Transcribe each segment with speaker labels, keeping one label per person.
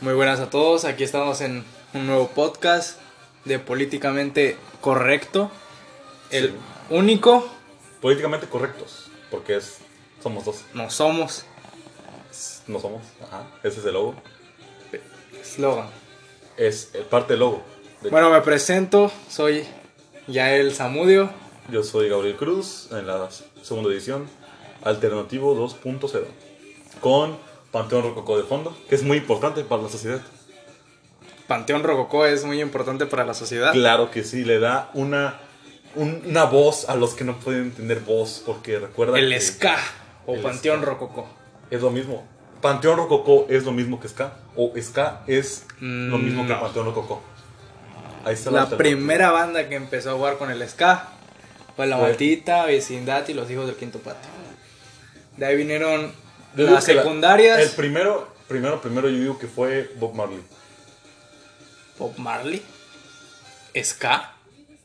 Speaker 1: Muy buenas a todos, aquí estamos en un nuevo podcast de Políticamente Correcto, el
Speaker 2: Sí.
Speaker 1: único,
Speaker 2: Políticamente correctos, porque es somos dos,
Speaker 1: no somos,
Speaker 2: no somos. Ajá, ese es el logo.
Speaker 1: eslogan.
Speaker 2: Es eh, parte del logo. De-
Speaker 1: Bueno, me presento, soy Yael Zamudio,
Speaker 2: Yo soy Gabriel Cruz en la segunda edición, Alternativo 2.0, con Panteón Rococó de fondo, que es muy importante para la sociedad.
Speaker 1: Panteón Rococó es muy importante para la sociedad.
Speaker 2: Claro que sí, le da una, un- una voz a los que no pueden tener voz, porque recuerda
Speaker 1: El
Speaker 2: que
Speaker 1: ska o
Speaker 2: el
Speaker 1: Panteón
Speaker 2: ska.
Speaker 1: Rococó.
Speaker 2: es lo mismo. Panteón Rococó es lo mismo que Ska, o Ska es
Speaker 1: Mm,
Speaker 2: lo mismo que
Speaker 1: no.
Speaker 2: Panteón Rococó. Ahí está
Speaker 1: La
Speaker 2: alternativa.
Speaker 1: primera banda que empezó a jugar con el ska fue La
Speaker 2: Fue-
Speaker 1: Matita, Vecindad y Los Hijos del Quinto Patio. De ahí vinieron
Speaker 2: Yo digo
Speaker 1: las
Speaker 2: que la-
Speaker 1: secundarias,
Speaker 2: el primero, primero, primero yo digo que fue Bob Marley.
Speaker 1: Bob Marley, ska.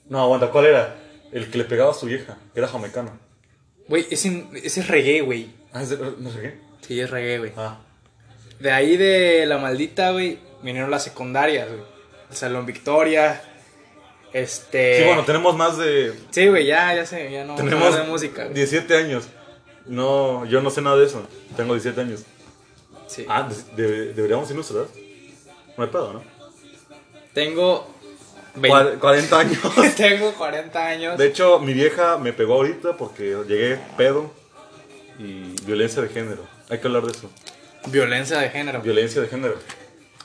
Speaker 2: No, aguanta, ¿cuál era? El que le pegaba a su vieja, que era jamaicano.
Speaker 1: Güey, ese, ese es reggae, güey.
Speaker 2: Ah, es de- no sé qué.
Speaker 1: Sí, es reggae, güey.
Speaker 2: Ah,
Speaker 1: De ahí de La Maldita, güey, vinieron las secundarias, güey. El Salón Victoria, este...
Speaker 2: Sí, bueno, tenemos más de.
Speaker 1: Sí, güey, ya, ya sé, ya no
Speaker 2: Tenemos
Speaker 1: de música. güey.
Speaker 2: 17 años. No, yo no sé nada de eso. Tengo 17 años.
Speaker 1: Sí.
Speaker 2: Ah, de- de- deberíamos irnos, ¿verdad? No hay pedo, ¿no?
Speaker 1: Tengo...
Speaker 2: Cuar- 40 años.
Speaker 1: Tengo 40 años.
Speaker 2: De hecho, mi vieja me pegó ahorita porque llegué pedo y violencia de género. Hay que hablar de eso.
Speaker 1: Violencia de género.
Speaker 2: violencia de género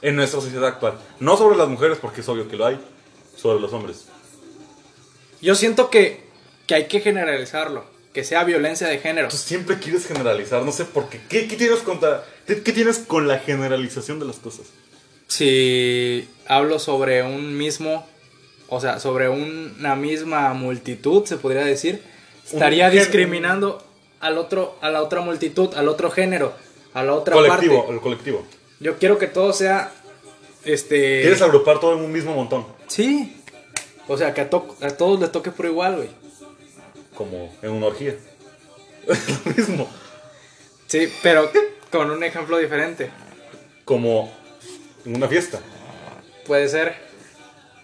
Speaker 2: en nuestra sociedad actual. No sobre las mujeres, porque es obvio que lo hay, sobre los hombres.
Speaker 1: Yo siento que, que hay que generalizarlo. Que sea violencia de género.
Speaker 2: Tú siempre quieres generalizar, no sé por qué. ¿Qué, qué tienes, contra, qué, qué tienes con la generalización de las cosas?
Speaker 1: Si hablo sobre un mismo, o sea, sobre una misma multitud, se podría decir, estaría
Speaker 2: género.
Speaker 1: discriminando al otro, a la otra multitud, al otro género, a la otra
Speaker 2: colectivo,
Speaker 1: parte.
Speaker 2: el colectivo.
Speaker 1: Yo quiero que todo sea, este,
Speaker 2: Quieres agrupar todo en un mismo montón,
Speaker 1: sí, o sea, que a, to- a todos les toque por igual, güey.
Speaker 2: como en una orgía. Es lo mismo.
Speaker 1: Sí, pero con un ejemplo diferente.
Speaker 2: Como en una fiesta.
Speaker 1: Puede ser.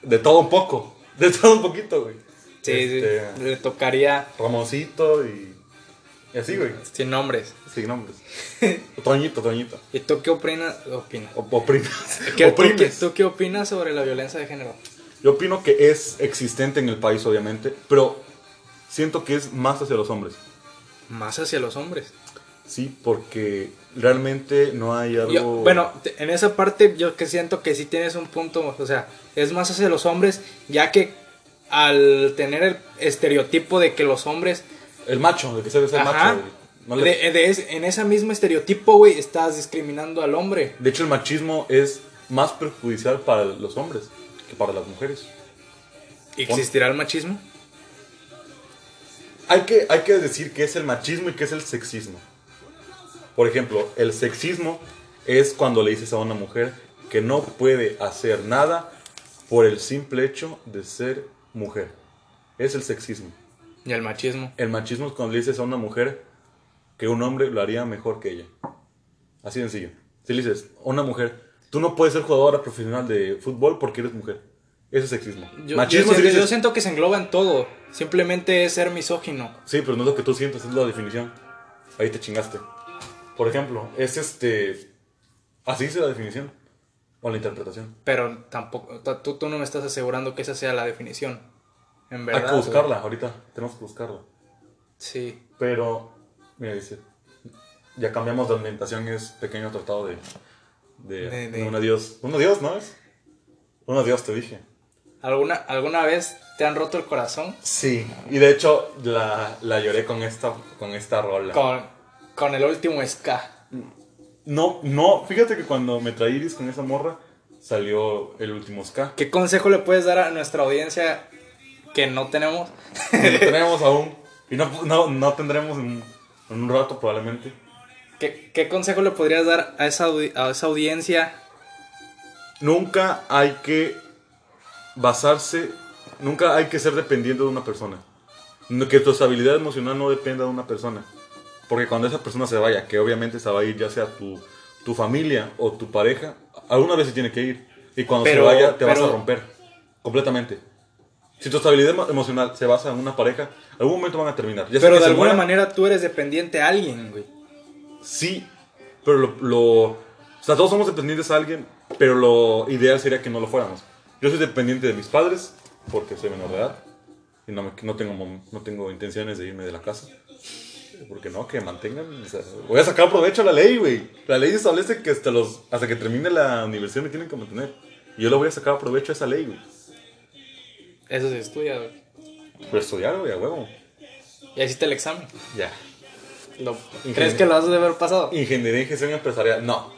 Speaker 2: De todo un poco. De todo un poquito, güey.
Speaker 1: Sí,
Speaker 2: Este,
Speaker 1: sí, le tocaría
Speaker 2: Ramoncito y. Y así, güey.
Speaker 1: sin nombres.
Speaker 2: Sin nombres. Toñito, Toñito.
Speaker 1: ¿Y tú qué opinas? opinas?
Speaker 2: O- Oprimes.
Speaker 1: ¿Qué, tú, qué,
Speaker 2: Oprimes.
Speaker 1: tú qué opinas sobre la violencia de género?
Speaker 2: Yo opino que es existente en el país, obviamente, pero siento que es más hacia los hombres.
Speaker 1: Más hacia los hombres.
Speaker 2: Sí, porque realmente no hay algo.
Speaker 1: Yo- bueno, te- en esa parte yo que siento que sí tienes un punto, o sea, es más hacia los hombres, ya que al tener el estereotipo de que los hombres...
Speaker 2: El macho, el que se ve el
Speaker 1: Ajá.
Speaker 2: macho. no le-
Speaker 1: de- de es- en ese mismo estereotipo, güey, estás discriminando al hombre.
Speaker 2: de hecho, el machismo es más perjudicial para los hombres que para las mujeres.
Speaker 1: ¿Existirá el machismo?
Speaker 2: Hay que, hay que decir qué es el machismo y qué es el sexismo. Por ejemplo, el sexismo es cuando le dices a una mujer que no puede hacer nada por el simple hecho de ser mujer. Es el sexismo.
Speaker 1: Y el machismo.
Speaker 2: El machismo es cuando le dices a una mujer que un hombre lo haría mejor que ella. Así de sencillo. Si le dices a una mujer, tú no puedes ser jugadora profesional de fútbol porque eres mujer. Eso es sexismo.
Speaker 1: Yo,
Speaker 2: machismo
Speaker 1: yo
Speaker 2: si
Speaker 1: siento,
Speaker 2: le
Speaker 1: yo
Speaker 2: dices-
Speaker 1: siento que se engloba en todo, simplemente es ser misógino.
Speaker 2: Sí, pero no es lo que tú sientes, es la definición. Ahí te chingaste. Por ejemplo, es este. Así dice la definición. O la interpretación.
Speaker 1: Pero tampoco, t- tú, tú no me estás asegurando que esa sea la definición. En verdad.
Speaker 2: Hay que
Speaker 1: güey.
Speaker 2: buscarla ahorita. Tenemos que buscarla.
Speaker 1: Sí.
Speaker 2: Pero. Mira, dice. Ya cambiamos de alimentación, es pequeño tratado de. De,
Speaker 1: De- de-
Speaker 2: de un adiós. Un adiós, ¿no es? Un adiós, te dije.
Speaker 1: ¿Alguna, ¿Alguna vez te han roto el corazón
Speaker 2: Sí. Y de hecho, la, la lloré con esta, con esta rola.
Speaker 1: con, con el último ska?
Speaker 2: No, no. Fíjate que cuando me traí Iris con esa morra, salió el último ska.
Speaker 1: ¿Qué consejo le puedes dar a nuestra audiencia que no tenemos?
Speaker 2: que no tenemos aún. Y no, no, no tendremos en, en un rato probablemente.
Speaker 1: ¿Qué, qué consejo le podrías dar a esa, audi- a esa audiencia?
Speaker 2: Nunca hay que basarse, nunca hay que ser dependiente de una persona. No- Que tu estabilidad emocional no dependa de una persona. Porque cuando esa persona se vaya, que obviamente se va a ir ya sea tu tu familia o tu pareja alguna vez se tiene que ir. Y cuando
Speaker 1: Pero-
Speaker 2: se vaya, te vas
Speaker 1: pero-
Speaker 2: a romper. Completamente. Si tu estabilidad emo- emocional se basa en una pareja, algún momento van a terminar. Ya sea
Speaker 1: Pero
Speaker 2: que
Speaker 1: de
Speaker 2: se
Speaker 1: alguna
Speaker 2: muera,
Speaker 1: manera tú eres dependiente a alguien, güey.
Speaker 2: Sí, pero lo, lo- O sea, todos somos dependientes a alguien, pero lo ideal sería que no lo fuéramos. Yo soy dependiente de mis padres, porque soy menor de edad. Y no, me- no, tengo, mom- no tengo intenciones de irme de la casa. Porque no, que mantengan. o sea, voy a sacar provecho a la ley, güey. La ley establece que hasta, los, hasta que termine la universidad me tienen que mantener. Y yo le voy a sacar provecho a esa ley, güey.
Speaker 1: Eso se estudia, güey.
Speaker 2: Pero estudiar, güey, a huevo.
Speaker 1: Ya hiciste el examen.
Speaker 2: Ya.
Speaker 1: Lo- ¿Crees
Speaker 2: Ingeniería.
Speaker 1: que lo has de haber pasado?
Speaker 2: Ingeniería y gestión empresarial. No.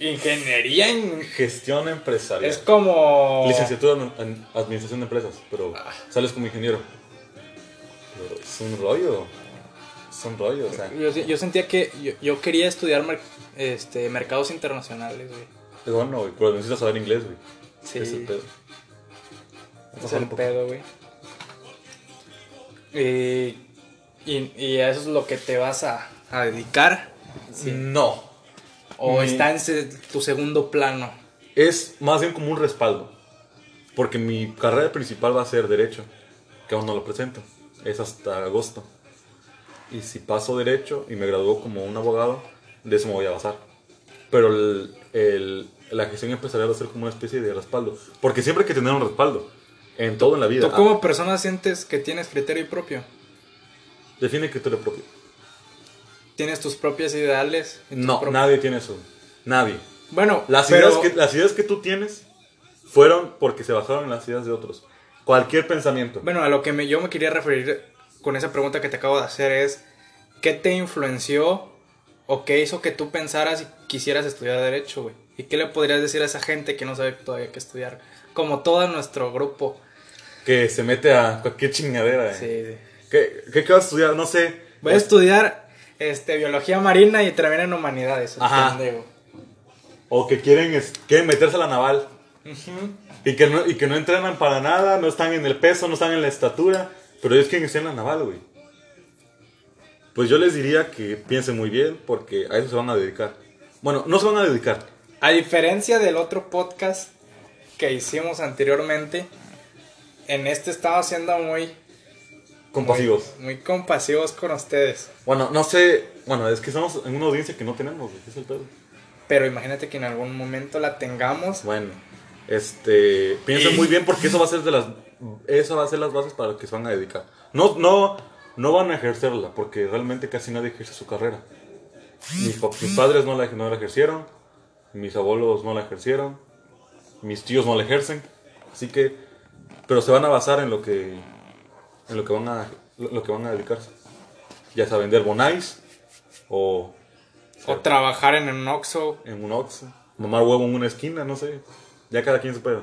Speaker 1: Ingeniería en-
Speaker 2: Gestión empresarial.
Speaker 1: es como.
Speaker 2: Licenciatura en, en Administración de Empresas, pero sales como ingeniero. Pero es un rollo. Es un rollo, o sea.
Speaker 1: Yo, yo sentía que yo, yo quería estudiar mer- este, mercados internacionales, güey.
Speaker 2: Es bueno, güey, pero necesitas saber inglés, güey.
Speaker 1: Sí.
Speaker 2: Es el pedo.
Speaker 1: Es el pedo, güey. Y, y, y a eso es lo que te vas a, a dedicar.
Speaker 2: No.
Speaker 1: O
Speaker 2: Mm.
Speaker 1: está en se- tu segundo plano.
Speaker 2: Es más bien como un respaldo. Porque mi carrera principal va a ser Derecho, que aún no lo presento. Es hasta agosto. Y si paso Derecho y me gradúo como un abogado, de eso me voy a basar. Pero el- el- la gestión empresarial va a ser como una especie de respaldo. Porque siempre hay que tener un respaldo. En todo en la vida.
Speaker 1: ¿Tú como persona sientes que tienes criterio propio?
Speaker 2: Ah, define criterio propio.
Speaker 1: ¿Tienes tus propios ideales? y tus
Speaker 2: No,
Speaker 1: propios-
Speaker 2: nadie tiene eso. Nadie.
Speaker 1: Bueno,
Speaker 2: Las,
Speaker 1: pero-
Speaker 2: ideas que, las ideas que tú tienes fueron porque se basaron en las ideas de otros. Cualquier pensamiento.
Speaker 1: Bueno, a lo que me- yo me quería referir con esa pregunta que te acabo de hacer es, ¿qué te influenció o qué hizo que tú pensaras y quisieras estudiar derecho, güey? ¿Y qué le podrías decir a esa gente que no sabe todavía qué estudiar? Como todo nuestro grupo.
Speaker 2: Que se mete a cualquier chingadera. eh.
Speaker 1: Sí, sí.
Speaker 2: ¿Qué, qué, qué vas a estudiar? No sé.
Speaker 1: Voy a estudiar este, biología marina y termina en humanidades. el
Speaker 2: Ajá.
Speaker 1: pendejo.
Speaker 2: O que quieren, es- quieren meterse a la naval. y, que no, y que no entrenan para nada, no están en el peso, no están en la estatura. Pero ellos quieren estar en la naval, güey. Pues yo les diría que piensen muy bien porque a eso se van a dedicar. Bueno, no se van a dedicar.
Speaker 1: A diferencia del otro podcast que hicimos anteriormente, en este estaba siendo muy,
Speaker 2: Compasivos.
Speaker 1: muy compasivos con ustedes.
Speaker 2: Bueno, no sé. Bueno, es que estamos en una audiencia que no tenemos, güey. Es el pedo.
Speaker 1: Pero imagínate que en algún momento la tengamos.
Speaker 2: Bueno, este, piensen
Speaker 1: Y-
Speaker 2: muy bien porque eso va a ser de las eso va a ser las bases para las que se van a dedicar. No no no van a ejercerla porque realmente casi nadie ejerce su carrera. Mis, pa- mis padres no la, no la ejercieron, mis abuelos no la ejercieron, mis tíos no la ejercen, así que pero se van a basar en lo que en lo que van a lo lo que van a dedicarse. Ya sea vender bonais o
Speaker 1: O trabajar en un Oxxo.
Speaker 2: en un Oxxo. Mamar huevo en una esquina, no sé. Ya cada quien se puede.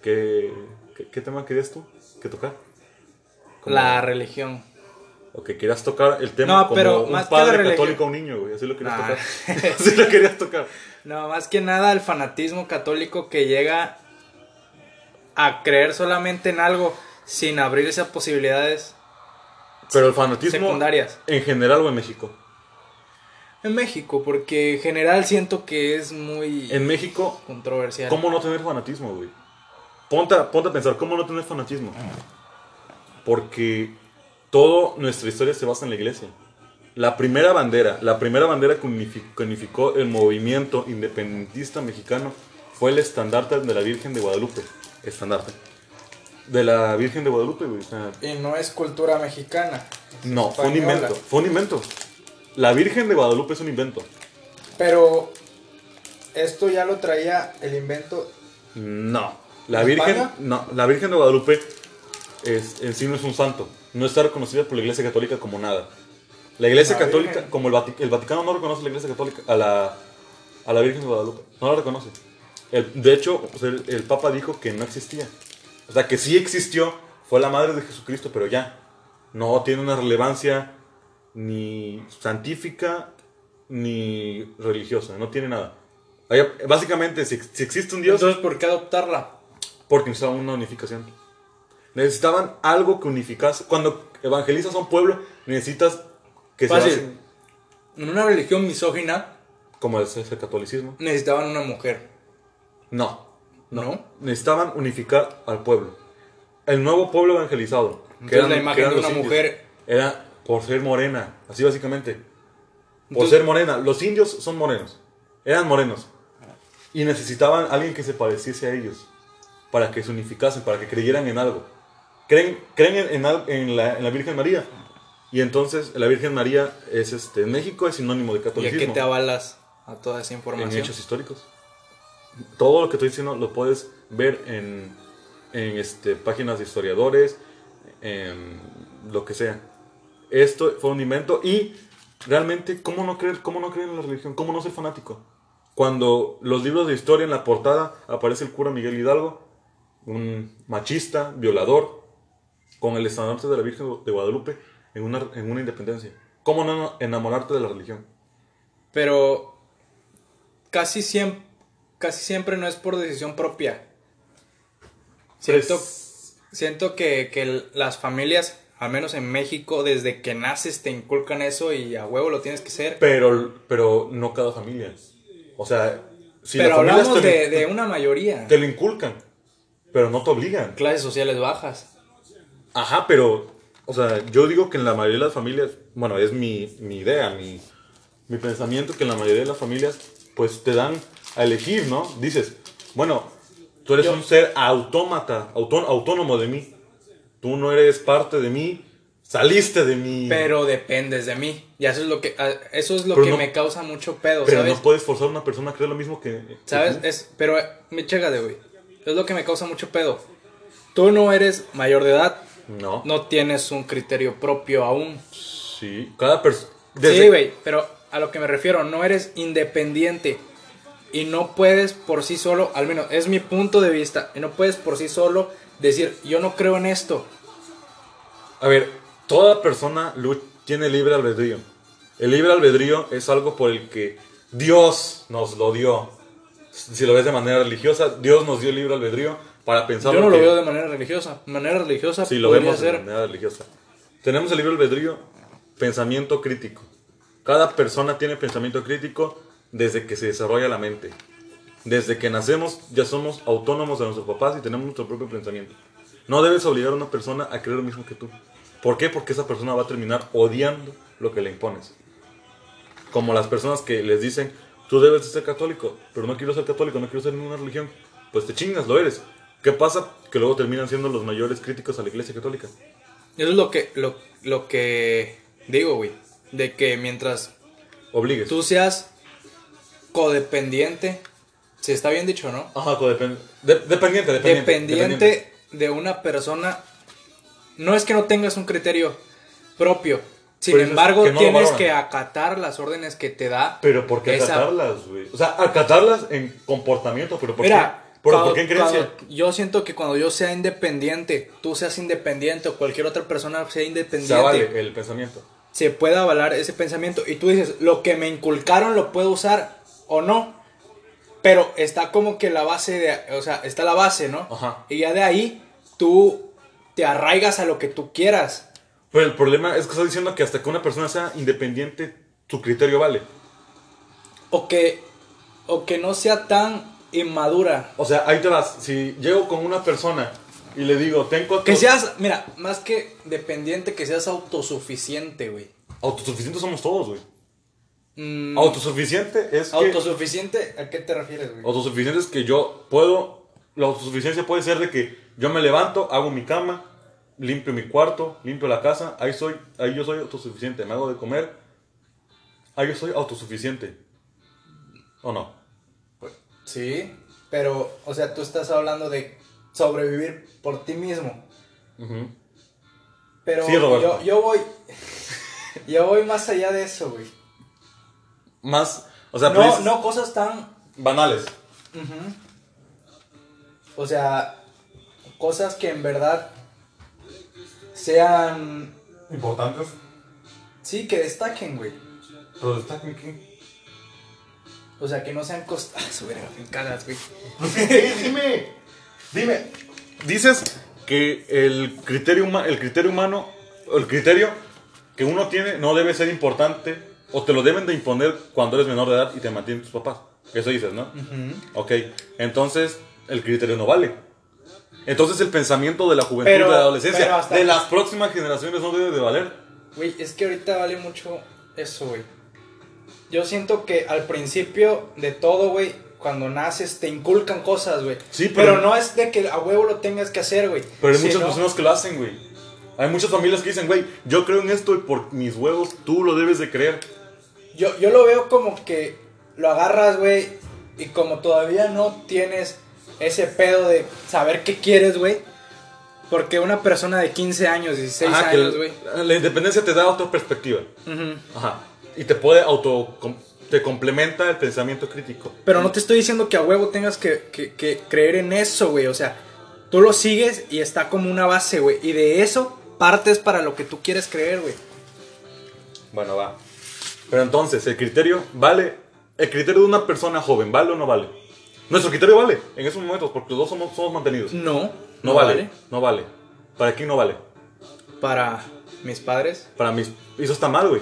Speaker 2: ¿qué, qué, qué tema querías tú que tocar? Como-
Speaker 1: La religión.
Speaker 2: O que querías tocar el tema
Speaker 1: No,
Speaker 2: como
Speaker 1: pero
Speaker 2: un
Speaker 1: más que la
Speaker 2: padre
Speaker 1: religión. Ah.
Speaker 2: católico a un niño, güey. Así lo querías
Speaker 1: Nah.
Speaker 2: tocar. Así lo querías tocar.
Speaker 1: No, más que nada el fanatismo católico que llega a creer solamente en algo sin abrirse a posibilidades
Speaker 2: Pero el fanatismo
Speaker 1: secundarias.
Speaker 2: en general o en México.
Speaker 1: En México, porque en general siento que es muy
Speaker 2: En México,
Speaker 1: controversial.
Speaker 2: ¿cómo no tener fanatismo, güey? Ponte, a- ponte a pensar, ¿cómo no tener fanatismo? Porque toda nuestra historia se basa en la iglesia. La primera bandera, la primera bandera que unifi- que unificó el movimiento independentista mexicano fue el estandarte de la Virgen de Guadalupe. Estandarte. De la Virgen de Guadalupe, güey. o sea,
Speaker 1: Y no es cultura mexicana. es
Speaker 2: no, fue un
Speaker 1: española.
Speaker 2: invento. Fue un invento. La Virgen de Guadalupe es un invento.
Speaker 1: Pero esto ya lo traía el invento.
Speaker 2: No. La
Speaker 1: ¿En
Speaker 2: Virgen,
Speaker 1: España?
Speaker 2: no, la Virgen de Guadalupe es, en sí no es un santo. No está reconocida por la Iglesia Católica como nada. La Iglesia
Speaker 1: La
Speaker 2: Católica,
Speaker 1: Virgen.
Speaker 2: como el, Vati- el Vaticano no reconoce a la Iglesia Católica, a la, a la Virgen de Guadalupe. No la reconoce. El- de hecho, o sea, el, el Papa dijo que no existía. O sea, que sí existió, fue la madre de Jesucristo, pero ya. No tiene una relevancia ni santífica ni religiosa, no tiene nada. Ahí, Básicamente, si, si existe un Dios,
Speaker 1: Entonces, ¿por qué adoptarla?
Speaker 2: porque necesitaban una unificación. Necesitaban algo que unificase. Cuando evangelizas a un pueblo, necesitas que
Speaker 1: Fácil.
Speaker 2: se basen
Speaker 1: en una religión misógina
Speaker 2: como es el catolicismo.
Speaker 1: necesitaban una mujer,
Speaker 2: No,
Speaker 1: ¿no?
Speaker 2: necesitaban unificar al pueblo. El nuevo pueblo evangelizado.
Speaker 1: Entonces, la imagen de
Speaker 2: los
Speaker 1: una
Speaker 2: indios,
Speaker 1: mujer-
Speaker 2: Era por ser morena, así básicamente. Por
Speaker 1: Entonces-
Speaker 2: ser morena. Los indios son morenos. Eran morenos. Y necesitaban alguien que se pareciese a ellos. Para que se unificasen, para que creyeran en algo. Creen, creen en, en al- en la, en la Virgen María. Y entonces la Virgen María es este, en México es sinónimo de
Speaker 1: ¿Y a
Speaker 2: catolicismo
Speaker 1: qué te avalas a toda esa
Speaker 2: en
Speaker 1: información?
Speaker 2: hechos históricos. Todo lo que estoy diciendo lo puedes ver en, en, este, páginas de historiadores, en lo que sea. Esto fue un invento y realmente, ¿cómo no creer, cómo no creer en la religión? ¿Cómo no ser fanático? Cuando los libros de historia en la portada aparece el cura Miguel Hidalgo, un machista, violador, con el estandarte de la Virgen de Guadalupe en una, en una independencia. ¿Cómo no enamorarte de la religión?
Speaker 1: Pero casi siempre, casi siempre no es por decisión propia.
Speaker 2: Pues
Speaker 1: Siento, siento que, que el- las familias, al menos en México, desde que naces te inculcan eso y a huevo lo tienes que ser.
Speaker 2: Pero, pero no cada familia. O sea, si
Speaker 1: Pero
Speaker 2: las familias
Speaker 1: hablamos
Speaker 2: te,
Speaker 1: de, de una mayoría.
Speaker 2: te lo inculcan, pero no te obligan.
Speaker 1: clases sociales bajas.
Speaker 2: Ajá, pero, o sea, yo digo que en la mayoría de las familias, bueno, es mi, mi idea, mi, mi pensamiento, que en la mayoría de las familias, pues te dan a elegir, ¿no? Dices, bueno, tú eres
Speaker 1: Yo-
Speaker 2: un ser autómata, autón- autónomo de mí. Tú no eres parte de mí, saliste de mí.
Speaker 1: Pero dependes de mí. Y eso es lo que, a- eso es lo
Speaker 2: Pero
Speaker 1: que
Speaker 2: no-
Speaker 1: me causa mucho pedo,
Speaker 2: pero
Speaker 1: ¿sabes?
Speaker 2: no puedes forzar a una persona a creer lo mismo que. que
Speaker 1: ¿Sabes?
Speaker 2: tú.
Speaker 1: Es, pero, eh, me chécate, de güey. Es lo que me causa mucho pedo. Tú no eres mayor de edad,
Speaker 2: No.
Speaker 1: no tienes un criterio propio aún.
Speaker 2: Sí, cada persona.
Speaker 1: Sí, güey, pero a lo que me refiero, no eres independiente y no puedes por sí solo, al menos es mi punto de vista, y no puedes por sí solo decir, yo no creo en esto.
Speaker 2: A ver, toda persona lu- tiene libre albedrío. El libre albedrío es algo por el que Dios nos lo dio. Si lo ves de manera religiosa, Dios nos dio el libre albedrío para pensar
Speaker 1: Yo no lo
Speaker 2: que-
Speaker 1: veo de manera religiosa. De manera religiosa
Speaker 2: si lo
Speaker 1: podría
Speaker 2: vemos de
Speaker 1: ser
Speaker 2: manera religiosa. Tenemos el libre albedrío, pensamiento crítico. Cada persona tiene pensamiento crítico desde que se desarrolla la mente. Desde que nacemos ya somos autónomos de nuestros papás y tenemos nuestro propio pensamiento. No debes obligar a una persona a creer lo mismo que tú. ¿Por qué? Porque esa persona va a terminar odiando lo que le impones. Como las personas que les dicen, tú debes de ser católico, pero no quiero ser católico, no quiero ser ninguna religión. Pues te chingas, lo eres. ¿Qué pasa? Que luego terminan siendo los mayores críticos a la iglesia católica.
Speaker 1: Eso es lo que, lo, lo que digo, güey. De que mientras
Speaker 2: Obligues.
Speaker 1: tú seas codependiente, si está bien dicho, ¿no?
Speaker 2: Ajá, codepen- de- dependiente, dependiente,
Speaker 1: Dependiente,
Speaker 2: dependiente.
Speaker 1: de una persona. No es que no tengas un criterio propio. Sin
Speaker 2: Pero eso es
Speaker 1: embargo,
Speaker 2: que no lo
Speaker 1: tienes
Speaker 2: valoran.
Speaker 1: que acatar las órdenes que te da.
Speaker 2: Pero ¿por qué
Speaker 1: esa-
Speaker 2: acatarlas, güey? O sea, acatarlas en comportamiento, pero ¿por
Speaker 1: Mira,
Speaker 2: qué? Pero
Speaker 1: cuando-
Speaker 2: ¿por qué en creencia?
Speaker 1: cuando- yo siento que cuando yo sea independiente, tú seas independiente o cualquier otra persona sea independiente.
Speaker 2: Se vale el pensamiento.
Speaker 1: se pueda avalar ese pensamiento y tú dices, lo que me inculcaron lo puedo usar o no. Pero está como que la base de, o sea, está la base, ¿no?
Speaker 2: Ajá.
Speaker 1: Y ya de ahí tú te arraigas a lo que tú quieras.
Speaker 2: Pero el problema es que estás diciendo que hasta que una persona sea independiente, tu criterio vale.
Speaker 1: O que, o que no sea tan inmadura.
Speaker 2: O sea, ahí te vas. Si llego con una persona y le digo, ten cuatro...
Speaker 1: Que seas, mira, más que dependiente, que seas autosuficiente, güey.
Speaker 2: Autosuficientes somos todos, güey.
Speaker 1: Mm,
Speaker 2: Autosuficiente es que...
Speaker 1: autosuficiente, ¿a qué te refieres, güey?
Speaker 2: Autosuficiente es que yo puedo... La autosuficiencia puede ser de que yo me levanto, hago mi cama, limpio mi cuarto, limpio la casa. Ahí, soy, ahí yo soy autosuficiente. Me hago de comer. Ahí yo soy autosuficiente. ¿O no?
Speaker 1: Sí, pero, o sea, tú estás hablando de sobrevivir por ti mismo.
Speaker 2: Ujú.
Speaker 1: Pero
Speaker 2: Sí, Roberto.
Speaker 1: yo, yo voy. Yo voy más allá de eso, güey.
Speaker 2: Más... O sea, pues- pero
Speaker 1: No,
Speaker 2: dices-
Speaker 1: no cosas tan.
Speaker 2: banales.
Speaker 1: O sea, cosas que en verdad sean.
Speaker 2: Importantes.
Speaker 1: Sí, que destaquen, güey.
Speaker 2: Pero destacan qué.
Speaker 1: O sea, que no sean cosas. güey, me cagas, güey.
Speaker 2: dime, dime. Dices que el criterio, huma- el criterio humano, el criterio que uno tiene no debe ser importante o te lo deben de imponer cuando eres menor de edad y te mantienen tus papás. Eso dices, ¿no? Ok, entonces el criterio no vale. Entonces el pensamiento de la juventud,
Speaker 1: Pero-
Speaker 2: de la adolescencia,
Speaker 1: pero hasta-
Speaker 2: de las próximas generaciones no debe de valer.
Speaker 1: Güey, es que ahorita vale mucho eso, güey. Yo siento que al principio de todo, güey, cuando naces te inculcan cosas, güey.
Speaker 2: Sí, pero-
Speaker 1: no es de que a huevo lo tengas que hacer, güey.
Speaker 2: Pero hay
Speaker 1: Si
Speaker 2: muchas
Speaker 1: no-
Speaker 2: personas que lo hacen, güey. Hay muchas familias que dicen, güey, yo creo en esto y por mis huevos tú lo debes de creer.
Speaker 1: Yo, yo lo veo como que lo agarras, güey, y como todavía no tienes ese pedo de saber qué quieres, güey. Porque una persona de 15 años, 16
Speaker 2: Ajá, que
Speaker 1: años, güey.
Speaker 2: la, la independencia te da otra perspectiva.
Speaker 1: Ujú.
Speaker 2: Ajá. Y te puede auto... com- te complementa el pensamiento crítico.
Speaker 1: Pero no te estoy diciendo que a huevo tengas que, que- que creer en eso, güey. O sea, tú lo sigues y está como una base, güey. Y de eso partes para lo que tú quieres creer, güey.
Speaker 2: Bueno, va. Pero entonces, el criterio vale. El criterio de una persona joven, ¿vale o no vale? Nuestro criterio vale en esos momentos, porque los dos somos, somos mantenidos. No,
Speaker 1: No.
Speaker 2: vale, no vale. Para quién no vale.
Speaker 1: Para mis padres.
Speaker 2: Para mí, eso está mal, güey.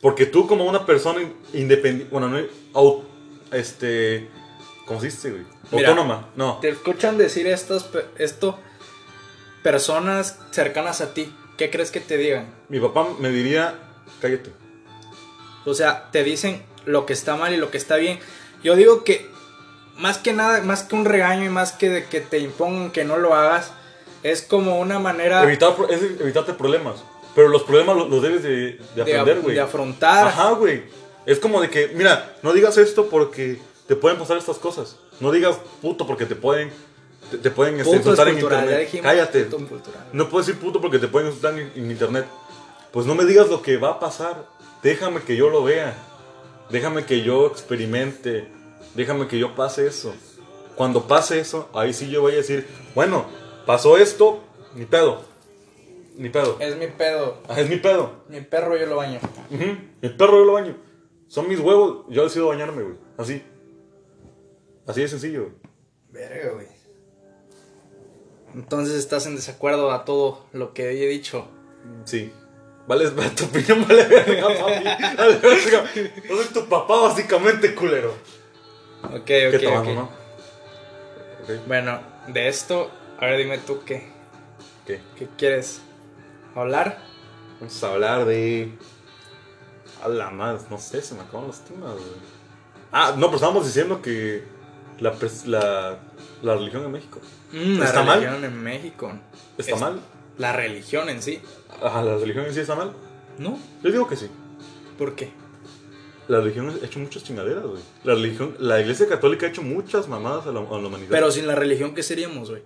Speaker 2: Porque tú, como una persona independiente, bueno, no, au- este. ¿Cómo se dice, güey?
Speaker 1: Mira.
Speaker 2: Autónoma, no.
Speaker 1: Te escuchan decir estas, pe- esto personas cercanas a ti. ¿Qué crees que te digan?
Speaker 2: Mi papá me diría, cállate.
Speaker 1: O sea, te dicen lo que está mal y lo que está bien. Yo digo que más que nada, más que un regaño y más que de que te impongan que no lo hagas, es como una manera
Speaker 2: Evitar, pro- es evitarte problemas. Pero los problemas lo- los, debes de, de
Speaker 1: de,
Speaker 2: aprender,
Speaker 1: af-
Speaker 2: güey.
Speaker 1: de afrontar.
Speaker 2: Ajá, güey. Es como de que, mira, no digas esto porque te pueden pasar estas cosas. No digas puto porque te pueden te, te pueden este,
Speaker 1: Punto
Speaker 2: insultar en
Speaker 1: cultural, ya
Speaker 2: internet.
Speaker 1: dijimos,
Speaker 2: Cállate.
Speaker 1: punto cultural.
Speaker 2: No puedes decir puto porque te pueden insultar en, en internet. Pues no me digas lo que va a pasar. Déjame que yo lo vea. Déjame que yo experimente. Déjame que yo pase eso. Cuando pase eso, ahí sí yo voy a decir, bueno, pasó esto, ni pedo. Ni pedo.
Speaker 1: Es mi pedo.
Speaker 2: Ah, Es mi pedo.
Speaker 1: Mi perro yo lo baño.
Speaker 2: Ujú, El perro yo lo baño. Son mis huevos, yo decido bañarme, güey. Así. Así de sencillo, güey.
Speaker 1: Verga, güey. Entonces estás en desacuerdo a todo lo que he dicho.
Speaker 2: Sí. Vale, es- tu opinión vale verga, papi. Vale verga. Yo soy tu papá, básicamente, culero.
Speaker 1: Ok, ok,
Speaker 2: ¿Qué
Speaker 1: ok.
Speaker 2: tomamos, no? Ok,
Speaker 1: Bueno, de esto, a ver dime tú qué,
Speaker 2: ok.
Speaker 1: qué quieres hablar.
Speaker 2: Vamos a hablar de. A la más, no sé, se me acaban los temas, güey. Ah, no, pero estábamos diciendo que. La, pres- la, la religión en México.
Speaker 1: Mm,
Speaker 2: ¿Está
Speaker 1: la
Speaker 2: mal?
Speaker 1: religión en México.
Speaker 2: ¿Está
Speaker 1: Es-
Speaker 2: mal?
Speaker 1: La religión en sí.
Speaker 2: Ajá, ¿La religión en sí está mal?
Speaker 1: ¿No?
Speaker 2: Yo digo que sí.
Speaker 1: ¿Por qué?
Speaker 2: La religión ha hecho muchas chingaderas, güey. La religión, la iglesia católica ha hecho muchas mamadas a la, a la humanidad.
Speaker 1: Pero sin la religión, ¿qué seríamos, güey?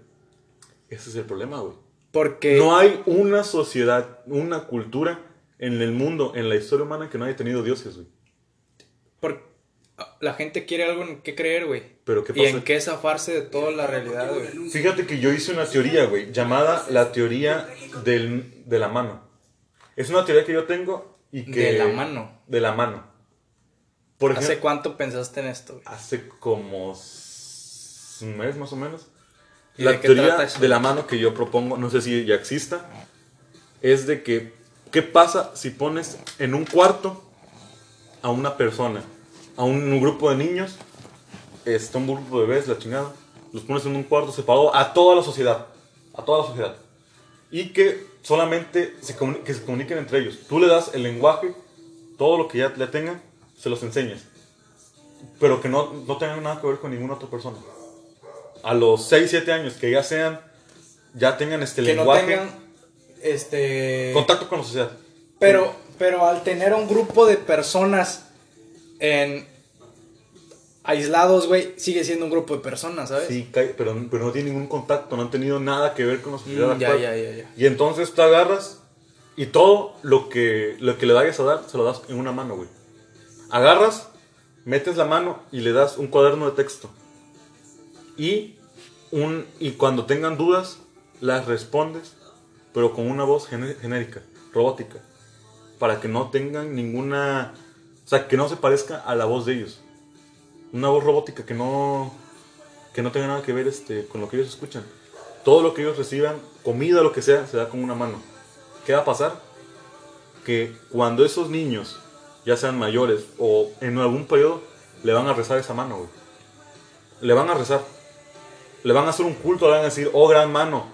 Speaker 2: ese es el problema, güey.
Speaker 1: Porque
Speaker 2: No hay una sociedad, una cultura en el mundo, en la historia humana que no haya tenido dioses, güey.
Speaker 1: por- la gente quiere algo en qué creer, güey.
Speaker 2: Pero qué
Speaker 1: Y
Speaker 2: pasa.
Speaker 1: en qué zafarse de toda la realidad, güey.
Speaker 2: Fíjate que yo hice una teoría, güey, llamada la teoría del- de la mano. Es una teoría que yo tengo y que
Speaker 1: De la mano.
Speaker 2: de la mano. Por ejemplo,
Speaker 1: ¿Hace cuánto pensaste en esto, güey?
Speaker 2: hace como s- un mes más o menos.
Speaker 1: ¿Y
Speaker 2: La
Speaker 1: de qué
Speaker 2: teoría
Speaker 1: trata eso?
Speaker 2: de la mano que yo propongo, no sé si ya exista, es de que, ¿qué pasa si pones en un cuarto a una persona, a un, un grupo de niños, está un grupo de bebés, la chingada, los pones en un cuarto separado a toda la sociedad, a toda la sociedad, y que solamente se, comuni- que se comuniquen entre ellos. Tú le das el lenguaje, todo lo que ya le tengan, se los enseñas pero que no, no tengan nada que ver con ninguna otra persona. A los 6, 7 años, que ya sean, ya tengan este
Speaker 1: Que no
Speaker 2: lenguaje,
Speaker 1: tengan. Este.
Speaker 2: contacto con la sociedad.
Speaker 1: Pero, pero al tener a un grupo de personas en. aislados, güey, sigue siendo un grupo de personas, ¿sabes?
Speaker 2: Sí, cae- pero, pero no tienen ningún contacto, no han tenido nada que ver con la sociedad
Speaker 1: Mm, ya,
Speaker 2: actual.
Speaker 1: ya, ya, ya.
Speaker 2: Y entonces tú agarras y todo lo que, lo que le vayas a dar, se lo das en una mano, güey. Agarras, metes la mano y le das un cuaderno de texto. Y, un, y cuando tengan dudas, las respondes, pero con una voz gene- genérica, robótica. Para que no tengan ninguna... O sea, que no se parezca a la voz de ellos. Una voz robótica que no... Que no tenga nada que ver este, con lo que ellos escuchan. Todo lo que ellos reciban, comida, lo que sea, se da con una mano. ¿Qué va a pasar? Que cuando esos niños ya sean mayores o en algún periodo, le van a rezar esa mano, güey. Le van a rezar. Le van a hacer un culto, le van a decir, oh gran mano,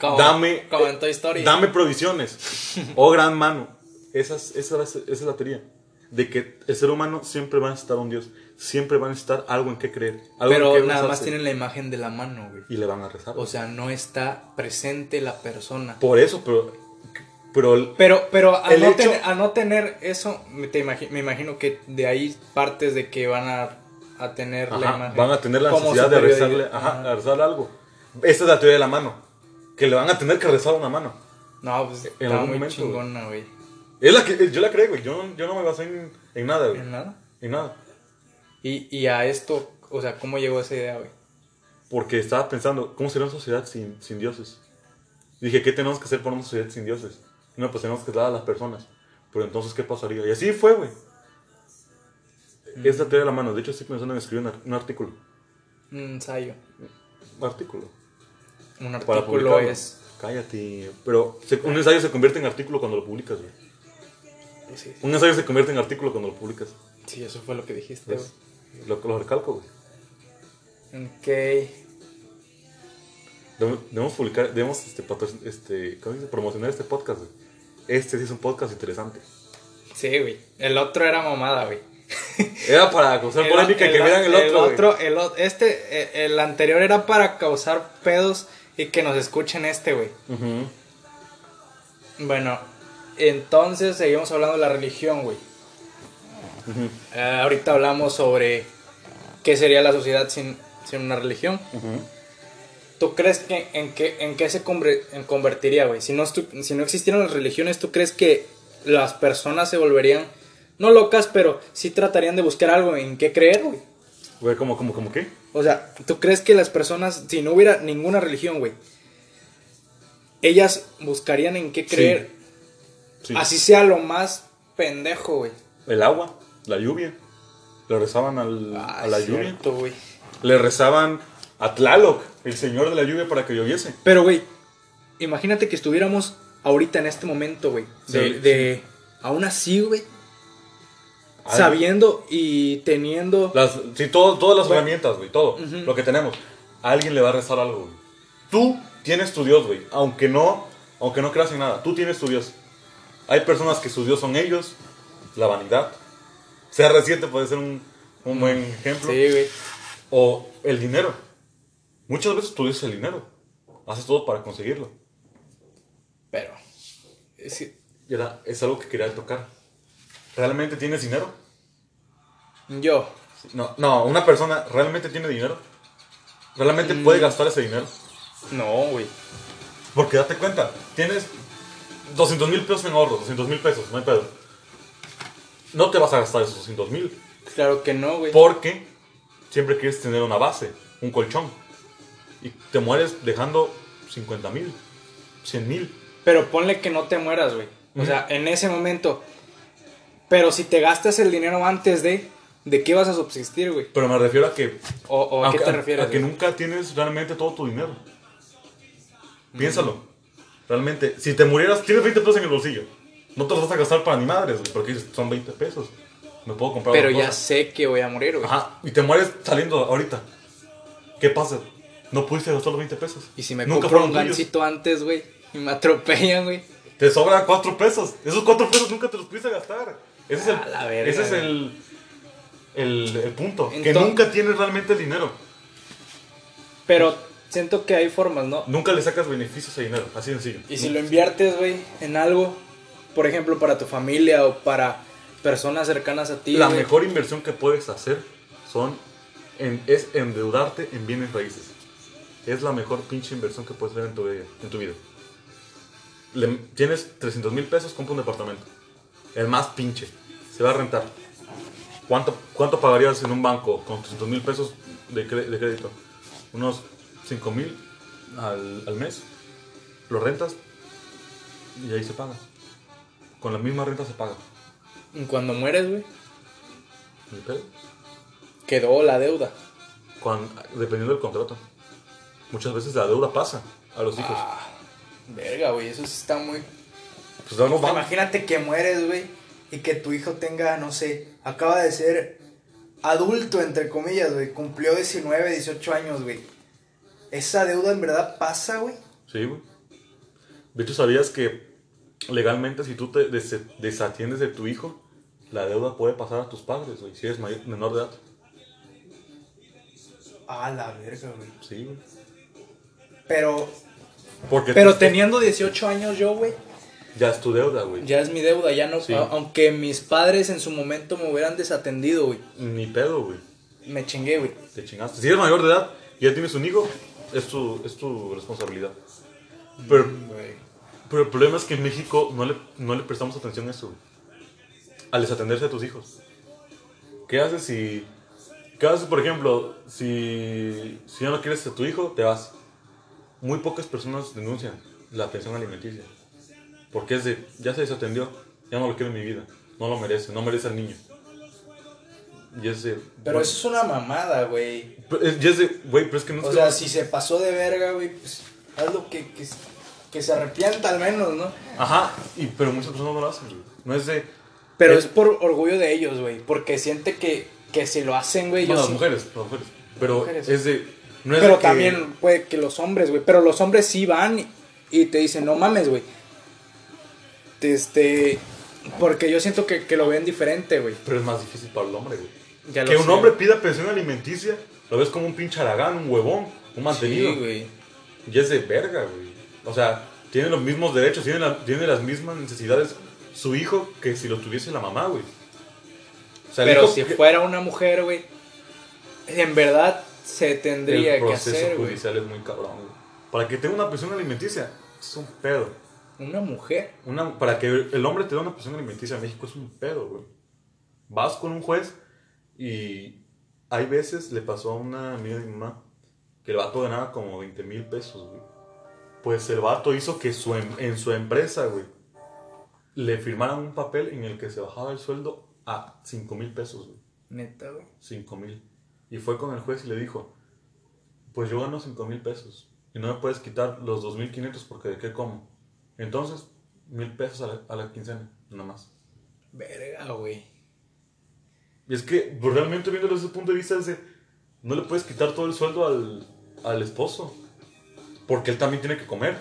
Speaker 1: Como,
Speaker 2: dame, eh,
Speaker 1: Como en Toy Story.
Speaker 2: dame provisiones. oh gran mano. Esas- esa, es- esa es la teoría. De que el ser humano siempre va a necesitar un Dios. Siempre va a necesitar algo en que creer. Algo en
Speaker 1: Pero
Speaker 2: que
Speaker 1: nada más
Speaker 2: basarse.
Speaker 1: tienen la imagen de la mano, güey.
Speaker 2: Y le van a rezar.
Speaker 1: O sea, no está presente la persona.
Speaker 2: Por eso, pero. Pero.
Speaker 1: Pero, pero al,
Speaker 2: El
Speaker 1: no
Speaker 2: hecho-
Speaker 1: tener, al no tener eso, me, te imagi- me imagino que de ahí partes de que van a, a tener la
Speaker 2: ajá,
Speaker 1: imagen.
Speaker 2: van a tener la
Speaker 1: como
Speaker 2: necesidad de
Speaker 1: superioridad.
Speaker 2: rezarle, ajá, a rezarle algo. Esa es la teoría de la mano. Que le van a tener que rezar una mano.
Speaker 1: No, pues
Speaker 2: En
Speaker 1: está
Speaker 2: algún
Speaker 1: muy
Speaker 2: momento,
Speaker 1: chingona, güey.
Speaker 2: Es la que, yo la creo, güey. Yo, no- yo no me basé en, en nada, güey.
Speaker 1: En nada.
Speaker 2: En nada.
Speaker 1: Y, y a esto, o sea, ¿cómo llegó esa idea, güey?
Speaker 2: Porque estaba pensando, ¿cómo sería una sociedad sin, sin dioses? Dije, ¿qué tenemos que hacer para una sociedad sin dioses? No, pues tenemos que dar a las personas. Pero entonces, ¿qué pasaría? Y así fue, güey. Es la
Speaker 1: Mm.
Speaker 2: teoría de la mano. De hecho, estoy pensando en escribir un ar- un artículo.
Speaker 1: Un ensayo.
Speaker 2: Un artículo.
Speaker 1: Un
Speaker 2: para
Speaker 1: artículo
Speaker 2: publicarlo.
Speaker 1: es.
Speaker 2: Cállate. Pero se- un ensayo se convierte en artículo cuando lo publicas, güey.
Speaker 1: Sí,
Speaker 2: Un ensayo se convierte en artículo cuando lo publicas.
Speaker 1: sí, eso fue lo que dijiste,
Speaker 2: Pues, lo, lo recalco, güey.
Speaker 1: güey. Ok.
Speaker 2: Debe- Debemos publicar, debemos este, patrocin- este, ¿cómo se dice? promocionar este podcast, güey. Este sí es un podcast interesante.
Speaker 1: Sí, güey. El otro era mamada, güey.
Speaker 2: Era para causar
Speaker 1: El-
Speaker 2: polémica y que
Speaker 1: el-
Speaker 2: vieran el otro, güey.
Speaker 1: el o- este, eh, el anterior era para causar pedos y que nos escuchen este, güey.
Speaker 2: Ujú.
Speaker 1: Bueno, entonces seguimos hablando de la religión, güey. Eh, ahorita hablamos sobre qué sería la sociedad sin, sin una religión. ¿Tú crees que en qué, en qué se conver- en convertiría, güey? Si no, estu- si no existieran las religiones, ¿tú crees que las personas se volverían, no locas, pero sí tratarían de buscar algo en qué creer, güey?
Speaker 2: Güey, ¿cómo, cómo, cómo qué?
Speaker 1: O sea, ¿tú crees que las personas, si no hubiera ninguna religión, güey, ellas buscarían en qué
Speaker 2: Sí.
Speaker 1: creer?
Speaker 2: Ah, Sí.
Speaker 1: Así sea lo más pendejo, güey.
Speaker 2: El agua, la lluvia. Le rezaban al- a la lluvia.
Speaker 1: Ah, cierto, güey.
Speaker 2: Le rezaban a Tlaloc, el señor de la lluvia, para que lloviese.
Speaker 1: Pero, güey, imagínate que estuviéramos ahorita en este momento, güey. De,
Speaker 2: Sí,
Speaker 1: de- aún así, güey,
Speaker 2: Ay,
Speaker 1: sabiendo y teniendo...
Speaker 2: Las, sí, todo- todas las
Speaker 1: Güey.
Speaker 2: herramientas, güey, todo. Lo que tenemos. A alguien le va a rezar algo, güey. Tú tienes tu Dios, güey. Aunque no, aunque no creas en nada, tú tienes tu Dios. Hay personas que su Dios son ellos, la vanidad. Ser reciente puede ser un, un buen ejemplo.
Speaker 1: Sí, güey.
Speaker 2: O el dinero. Muchas veces tú dices el dinero. Haces todo para conseguirlo.
Speaker 1: Pero... sí,
Speaker 2: Y era- es algo que quería tocar. ¿Realmente tienes dinero?
Speaker 1: yo,
Speaker 2: No, no, una persona realmente tiene dinero. ¿Realmente puede gastar ese dinero?
Speaker 1: no, güey.
Speaker 2: Porque date cuenta, tienes 200 mil pesos en ahorro, 200 mil pesos, no hay pedo. No te vas a gastar esos 200 mil.
Speaker 1: Claro que no, güey.
Speaker 2: Porque siempre quieres tener una base, un colchón. Y te mueres dejando 50 mil, 100 mil.
Speaker 1: Pero ponle que no te mueras, güey. O sea, en ese momento. Pero si te gastas el dinero antes de, ¿de qué vas a subsistir, güey?
Speaker 2: Pero me refiero a que.
Speaker 1: ¿O, o a qué te refieres?
Speaker 2: a que
Speaker 1: güey?
Speaker 2: nunca tienes realmente todo tu dinero. Piénsalo. Realmente, si te murieras, tienes 20 pesos en el bolsillo. No te los vas a gastar para ni madres, güey, porque dices, son 20 pesos. Me puedo comprar
Speaker 1: Pero
Speaker 2: otra
Speaker 1: ya
Speaker 2: cosa".
Speaker 1: sé que voy a morir, güey.
Speaker 2: Ajá, y te mueres saliendo ahorita. ¿Qué pasa? No pudiste gastar los 20 pesos.
Speaker 1: Y si me
Speaker 2: Nunca
Speaker 1: compro un
Speaker 2: fueron tuyos.
Speaker 1: gancito antes, güey, y me atropellan, güey.
Speaker 2: Te sobran 4 pesos. Esos 4 pesos nunca te los pudiste gastar. Ese es el,
Speaker 1: A la verga,
Speaker 2: ese es
Speaker 1: güey.
Speaker 2: el, el, el punto. que
Speaker 1: Entonces-
Speaker 2: nunca tienes realmente el dinero.
Speaker 1: Pero siento que hay formas, ¿no?
Speaker 2: Nunca le sacas beneficios a dinero. Así de sencillo.
Speaker 1: Y si lo inviertes, güey, en algo, por ejemplo, para tu familia o para personas cercanas a ti.
Speaker 2: La
Speaker 1: güey.
Speaker 2: mejor inversión que puedes hacer son en- es endeudarte en bienes raíces. Es la mejor pinche inversión que puedes hacer en tu vida. En tu vida. Le- tienes 300 mil pesos, compra un departamento. El más pinche. Se va a rentar. ¿Cuánto, cuánto pagarías en un banco con 300 mil pesos de, cre- de crédito? Unos 5 mil al, al mes. Lo rentas y ahí se paga. Con la misma renta se paga.
Speaker 1: Y Cuando mueres, güey,
Speaker 2: Ni pedo.
Speaker 1: quedó la deuda.
Speaker 2: Cuan- dependiendo del contrato. Muchas veces la deuda pasa a los hijos.
Speaker 1: Ah, verga, güey, eso sí está muy
Speaker 2: Pues no, no,
Speaker 1: Pues
Speaker 2: vamos.
Speaker 1: Imagínate que mueres, güey.
Speaker 3: y que tu hijo tenga, no sé, acaba de ser adulto, entre comillas, güey, cumplió 19, 18 años, güey. Esa deuda en verdad pasa, güey.
Speaker 2: Sí, güey. De hecho, ¿sabías que legalmente si tú te des- desatiendes de tu hijo, la deuda puede pasar a tus padres, güey, si eres mayor- menor de edad?
Speaker 3: A la verga, güey.
Speaker 2: Sí, güey.
Speaker 3: Pero,
Speaker 2: Porque
Speaker 1: Pero
Speaker 2: tú-
Speaker 1: teniendo 18 años yo, güey,
Speaker 2: Ya es tu deuda, güey.
Speaker 1: ya es mi deuda, ya no...
Speaker 2: Sí.
Speaker 1: a- Aunque mis padres en su momento me hubieran desatendido, güey.
Speaker 2: Ni pedo, güey.
Speaker 1: Me chingué, güey.
Speaker 2: Te chingaste. Si eres mayor de edad y ya tienes un hijo, es tu, es tu responsabilidad. Pero, pero el problema es que en México no le, no le prestamos atención a eso, güey. Al desatenderse a tus hijos. ¿Qué haces si... ¿Qué haces, por ejemplo, si, si ya no quieres a tu hijo, te vas? Muy pocas personas denuncian la atención alimenticia. Porque es de, ya se desatendió, ya no lo quiero en mi vida, no lo merece, no merece al niño. Y es de,
Speaker 3: pero
Speaker 2: bueno.
Speaker 3: eso es una mamada, güey.
Speaker 2: Pero es- ya es de, güey, pero es que no es
Speaker 3: O
Speaker 2: que-
Speaker 3: sea, si se pasó de verga, güey, pues haz lo que, que, que se arrepienta al menos, ¿no?
Speaker 2: Ajá, y, pero muchas personas no lo hacen, güey. No es de.
Speaker 1: Pero
Speaker 2: Eh,
Speaker 1: es por orgullo de ellos, güey. Porque siente que, que si lo hacen, güey,
Speaker 2: bueno,
Speaker 1: yo
Speaker 2: las
Speaker 1: sí-
Speaker 2: mujeres, las mujeres. Pero
Speaker 1: Mujeres.
Speaker 2: es de. No es de
Speaker 1: Pero
Speaker 2: que-
Speaker 1: también, güey, que los hombres, güey. Pero los hombres sí van y te dicen, no mames, güey. Este. Porque yo siento que, que lo ven diferente, güey.
Speaker 2: Pero es más difícil para el hombre, güey.
Speaker 1: Ya lo
Speaker 2: Que un
Speaker 1: sé.
Speaker 2: hombre pida pensión alimenticia, lo ves como un pinche aragán, un huevón, un mantenido.
Speaker 1: Sí, güey.
Speaker 2: y es de verga, güey. O sea, tiene los mismos derechos, tiene, la- tiene las mismas necesidades su hijo que si lo tuviese la mamá, güey. O sea, el
Speaker 1: Pero
Speaker 2: hijo
Speaker 1: si
Speaker 2: que-
Speaker 1: fuera una mujer, güey. En verdad se tendría
Speaker 2: El
Speaker 1: que
Speaker 2: proceso
Speaker 1: hacer, güey.
Speaker 2: judicial es muy cabrón, güey. Para que tenga una pensión alimenticia, es un pedo.
Speaker 1: Una mujer.
Speaker 2: Una- para que el hombre te dé una pensión alimenticia en México es un pedo, güey. Vas con un juez y hay veces le pasó a una amiga de mi mamá que el vato ganaba como 20 mil pesos, güey. Pues el vato hizo que su em- en su empresa, güey, le firmaran un papel en el que se bajaba el sueldo a 5 mil pesos, güey.
Speaker 1: Neta, güey.
Speaker 2: 5 mil. Y fue con el juez y le dijo, pues yo gano 5 mil pesos y no me puedes quitar los 2.500 porque de qué como. Entonces, mil pesos a la, a la quincena, nada más.
Speaker 1: Verga, güey.
Speaker 2: Y es que pues, realmente viéndolo desde ese punto de vista es de, no le puedes quitar todo el sueldo al, al esposo. Porque él también tiene que comer.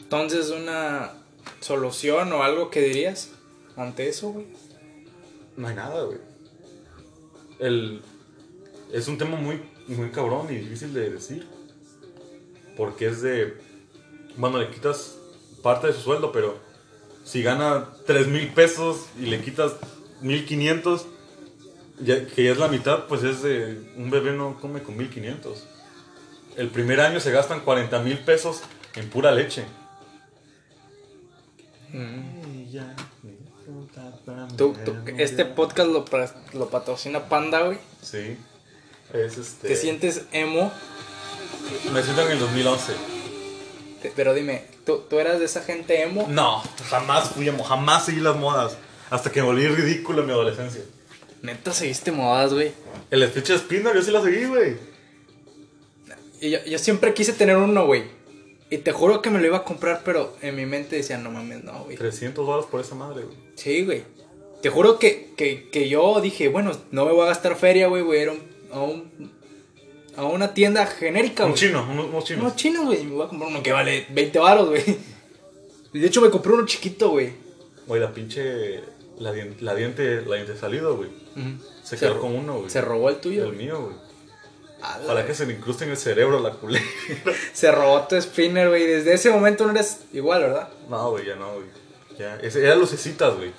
Speaker 1: Entonces, una solución o algo que dirías ante eso, güey.
Speaker 2: No hay nada, güey. El, es un tema muy, muy cabrón y difícil de decir. Porque es de. Bueno, le quitas parte de su sueldo, pero si gana 3 mil pesos y le quitas 1500, ya, que ya es la mitad, pues es de. Un bebé no come con 1500. El primer año se gastan 40 mil pesos en pura leche.
Speaker 1: Mm. Tú- tú- este podcast lo, pra- lo patrocina Panda, güey.
Speaker 2: Sí. Es este.
Speaker 1: Te sientes emo,
Speaker 2: Me siento en el 2011.
Speaker 1: te- pero dime, ¿tú, tú eras de esa gente emo?
Speaker 2: No, jamás fui emo, jamás seguí las modas. Hasta que me volví ridículo en mi adolescencia.
Speaker 1: Neta, seguiste modas, güey.
Speaker 2: El estrecho de Spinner, yo sí la seguí, güey.
Speaker 1: Y yo, yo siempre quise tener uno, güey. Y te juro que me lo iba a comprar, pero en mi mente decía, no mames, no, güey.
Speaker 2: 300 dólares por esa madre, güey.
Speaker 1: Sí, güey. Te juro que, que, que yo dije, bueno, no me voy a gastar feria, güey, voy a ir a, un- a un- a una tienda genérica,
Speaker 2: Un
Speaker 1: güey.
Speaker 2: chino, unos, unos chinos.
Speaker 1: Uno chino, güey. Me voy a comprar uno que vale 20 baros, güey. De hecho, me compré uno chiquito, güey.
Speaker 2: Güey, la pinche. La, dien- la diente la diente salida, güey.
Speaker 1: Ujú.
Speaker 2: Se quedó
Speaker 1: ro-
Speaker 2: con uno, güey.
Speaker 1: Se robó el tuyo.
Speaker 2: El mío, güey.
Speaker 1: A la-
Speaker 2: Para que se le incruste en el cerebro la culé.
Speaker 1: Se robó tu spinner, güey. Desde ese momento no eres igual, ¿verdad?
Speaker 2: no, güey, ya no, güey. Ya. Ese, eran lucecitas, güey.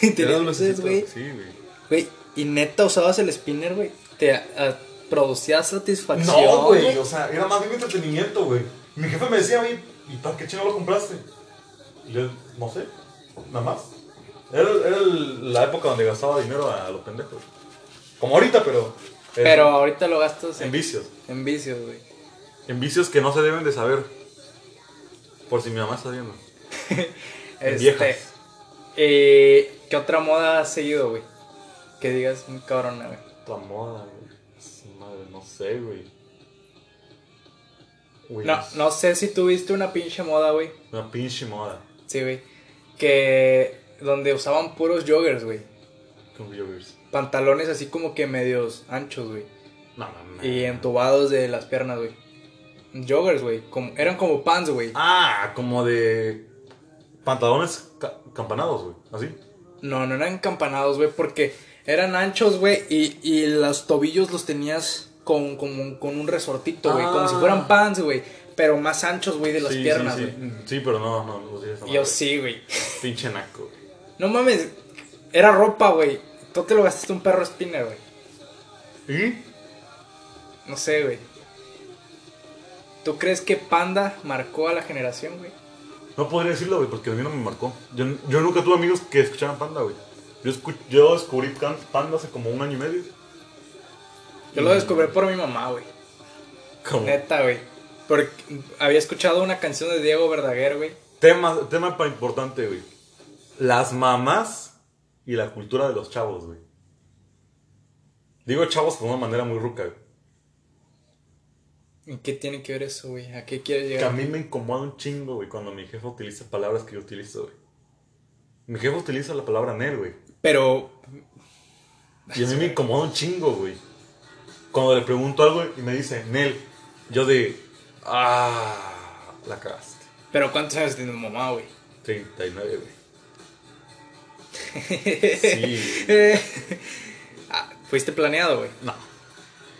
Speaker 1: Y tenías
Speaker 2: Eran
Speaker 1: luces,
Speaker 2: lucecitas,
Speaker 1: güey.
Speaker 2: Sí, güey.
Speaker 1: Güey, y neta usabas el spinner, güey. Te ah, producía satisfacción.
Speaker 2: No, güey, o sea, era más bien entretenimiento, güey. Mi jefe me decía a mí, ¿y para qué chino lo compraste? Y yo, no sé, nada más. Era, era el- la época donde gastaba dinero a los pendejos. Como ahorita, pero. eh,
Speaker 1: Pero ahorita lo gastas
Speaker 2: En
Speaker 1: en,
Speaker 2: vicios.
Speaker 1: en vicios, güey.
Speaker 2: En vicios que no se deben de saber. Por si mi mamá está viendo. En
Speaker 1: Este,
Speaker 2: viejas.
Speaker 1: eh, ¿Qué otra moda has seguido, güey? Que digas muy cabrona, güey.
Speaker 2: Otra moda, güey. Su Madre, no sé, güey. Güey,
Speaker 1: No, no sé si tuviste una pinche moda, güey.
Speaker 2: Una pinche moda.
Speaker 1: Sí, güey. que donde usaban puros joggers, güey.
Speaker 2: Con viewers.
Speaker 1: Pantalones así como que medios anchos, güey.
Speaker 2: No mames.
Speaker 1: Y entubados de las piernas, güey. Joggers, güey. como- eran como pants, güey.
Speaker 2: Ah, como de pantalones ca- campanados, güey. Así.
Speaker 1: No, no eran campanados, güey, porque eran anchos, güey, y, y los tobillos los tenías con, con, un- con un resortito, güey. Como si
Speaker 2: Ah.
Speaker 1: fueran pants, güey. Pero más anchos, güey, de las
Speaker 2: Sí, sí,
Speaker 1: piernas,
Speaker 2: sí,
Speaker 1: güey.
Speaker 2: Mm, Sí, pero no, no, no sí, esa
Speaker 1: Yo
Speaker 2: madre.
Speaker 1: sí, güey.
Speaker 2: Pinche naco. güey.
Speaker 1: No mames, era ropa, güey. Tú te lo gastaste un perro spinner, güey.
Speaker 2: ¿Y?
Speaker 1: No sé, güey. ¿Tú crees que Panda marcó a la generación, güey?
Speaker 2: No podría decirlo, güey, porque a mí no me marcó. Yo, yo nunca tuve amigos que escuchaban Panda, güey. Yo, escu- yo descubrí Pan- Panda hace como un año y medio.
Speaker 1: Yo lo descubrí por mi mamá, güey.
Speaker 2: Como
Speaker 1: Neta, güey. Porque había escuchado una canción de Diego Verdaguer, güey.
Speaker 2: tema, tema para importante, güey. Las mamás y la cultura de los chavos, güey. Digo chavos con una manera muy ruca, güey.
Speaker 1: ¿Y qué tiene que ver eso, güey? ¿A qué quieres
Speaker 2: Que a
Speaker 1: llegar?
Speaker 2: mí me incomoda un chingo, güey, cuando mi jefe utiliza palabras que yo utilizo, güey. Mi jefe utiliza la palabra nerd, güey.
Speaker 1: Pero
Speaker 2: Y a mí me incomoda un chingo, güey. Cuando le pregunto algo y me dice, Nel, yo de, ah, la cagaste.
Speaker 1: Pero ¿cuántos años tiene tu mamá, güey?
Speaker 2: 39, güey. Sí. güey.
Speaker 1: Eh, ah, Fuiste planeado, güey.
Speaker 2: No.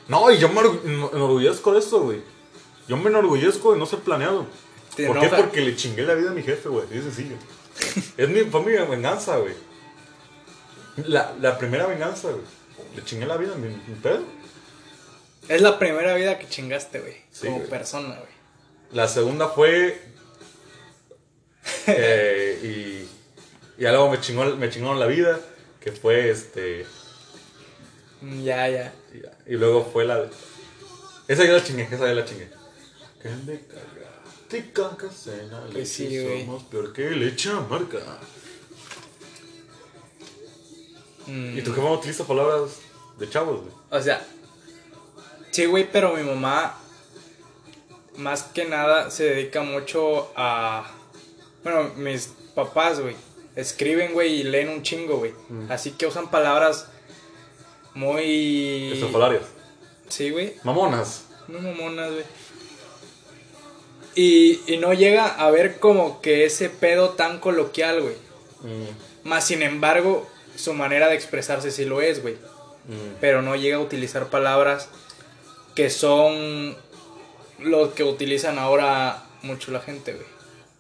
Speaker 2: No, y yo me orgu- me enorgullezco de esto, güey. Yo me enorgullezco de no ser planeado.
Speaker 1: Te
Speaker 2: ¿Por
Speaker 1: enoja.
Speaker 2: qué? Porque le chingué la vida a mi jefe, güey. Es sencillo. es mi, fue mi venganza, güey. La, la primera venganza, güey. Le chingué la vida a mi, mi pedo.
Speaker 1: Es la primera vida que chingaste, güey.
Speaker 2: Sí,
Speaker 1: como
Speaker 2: güey.
Speaker 1: persona, güey.
Speaker 2: La segunda fue. eh, y. Y algo me chingó, me chingaron la vida. Que fue este.
Speaker 1: Mm, Ya, ya.
Speaker 2: Y, y luego fue la. Esa ya la chingué, esa ya la chingué. Que me caga. Te caga cena, le
Speaker 1: Pues sí,
Speaker 2: sí,
Speaker 1: güey.
Speaker 2: somos peor que leche marca.
Speaker 1: Mm,
Speaker 2: Y tu jefa no utiliza palabras de chavos, güey.
Speaker 1: O sea. Sí, güey, pero mi mamá. Más que nada se dedica mucho a. Bueno, mis papás, güey. Escriben, güey, y leen un chingo, güey. Así que usan palabras muy.
Speaker 2: Estrafalarias.
Speaker 1: Sí, güey.
Speaker 2: Mamonas.
Speaker 1: No mamonas, güey. Y, y no llega a ver como que ese pedo tan coloquial, güey. Mm, Más sin embargo, su manera de expresarse sí lo es, güey. Pero no llega a utilizar palabras que son lo que utilizan ahora mucho la gente, güey.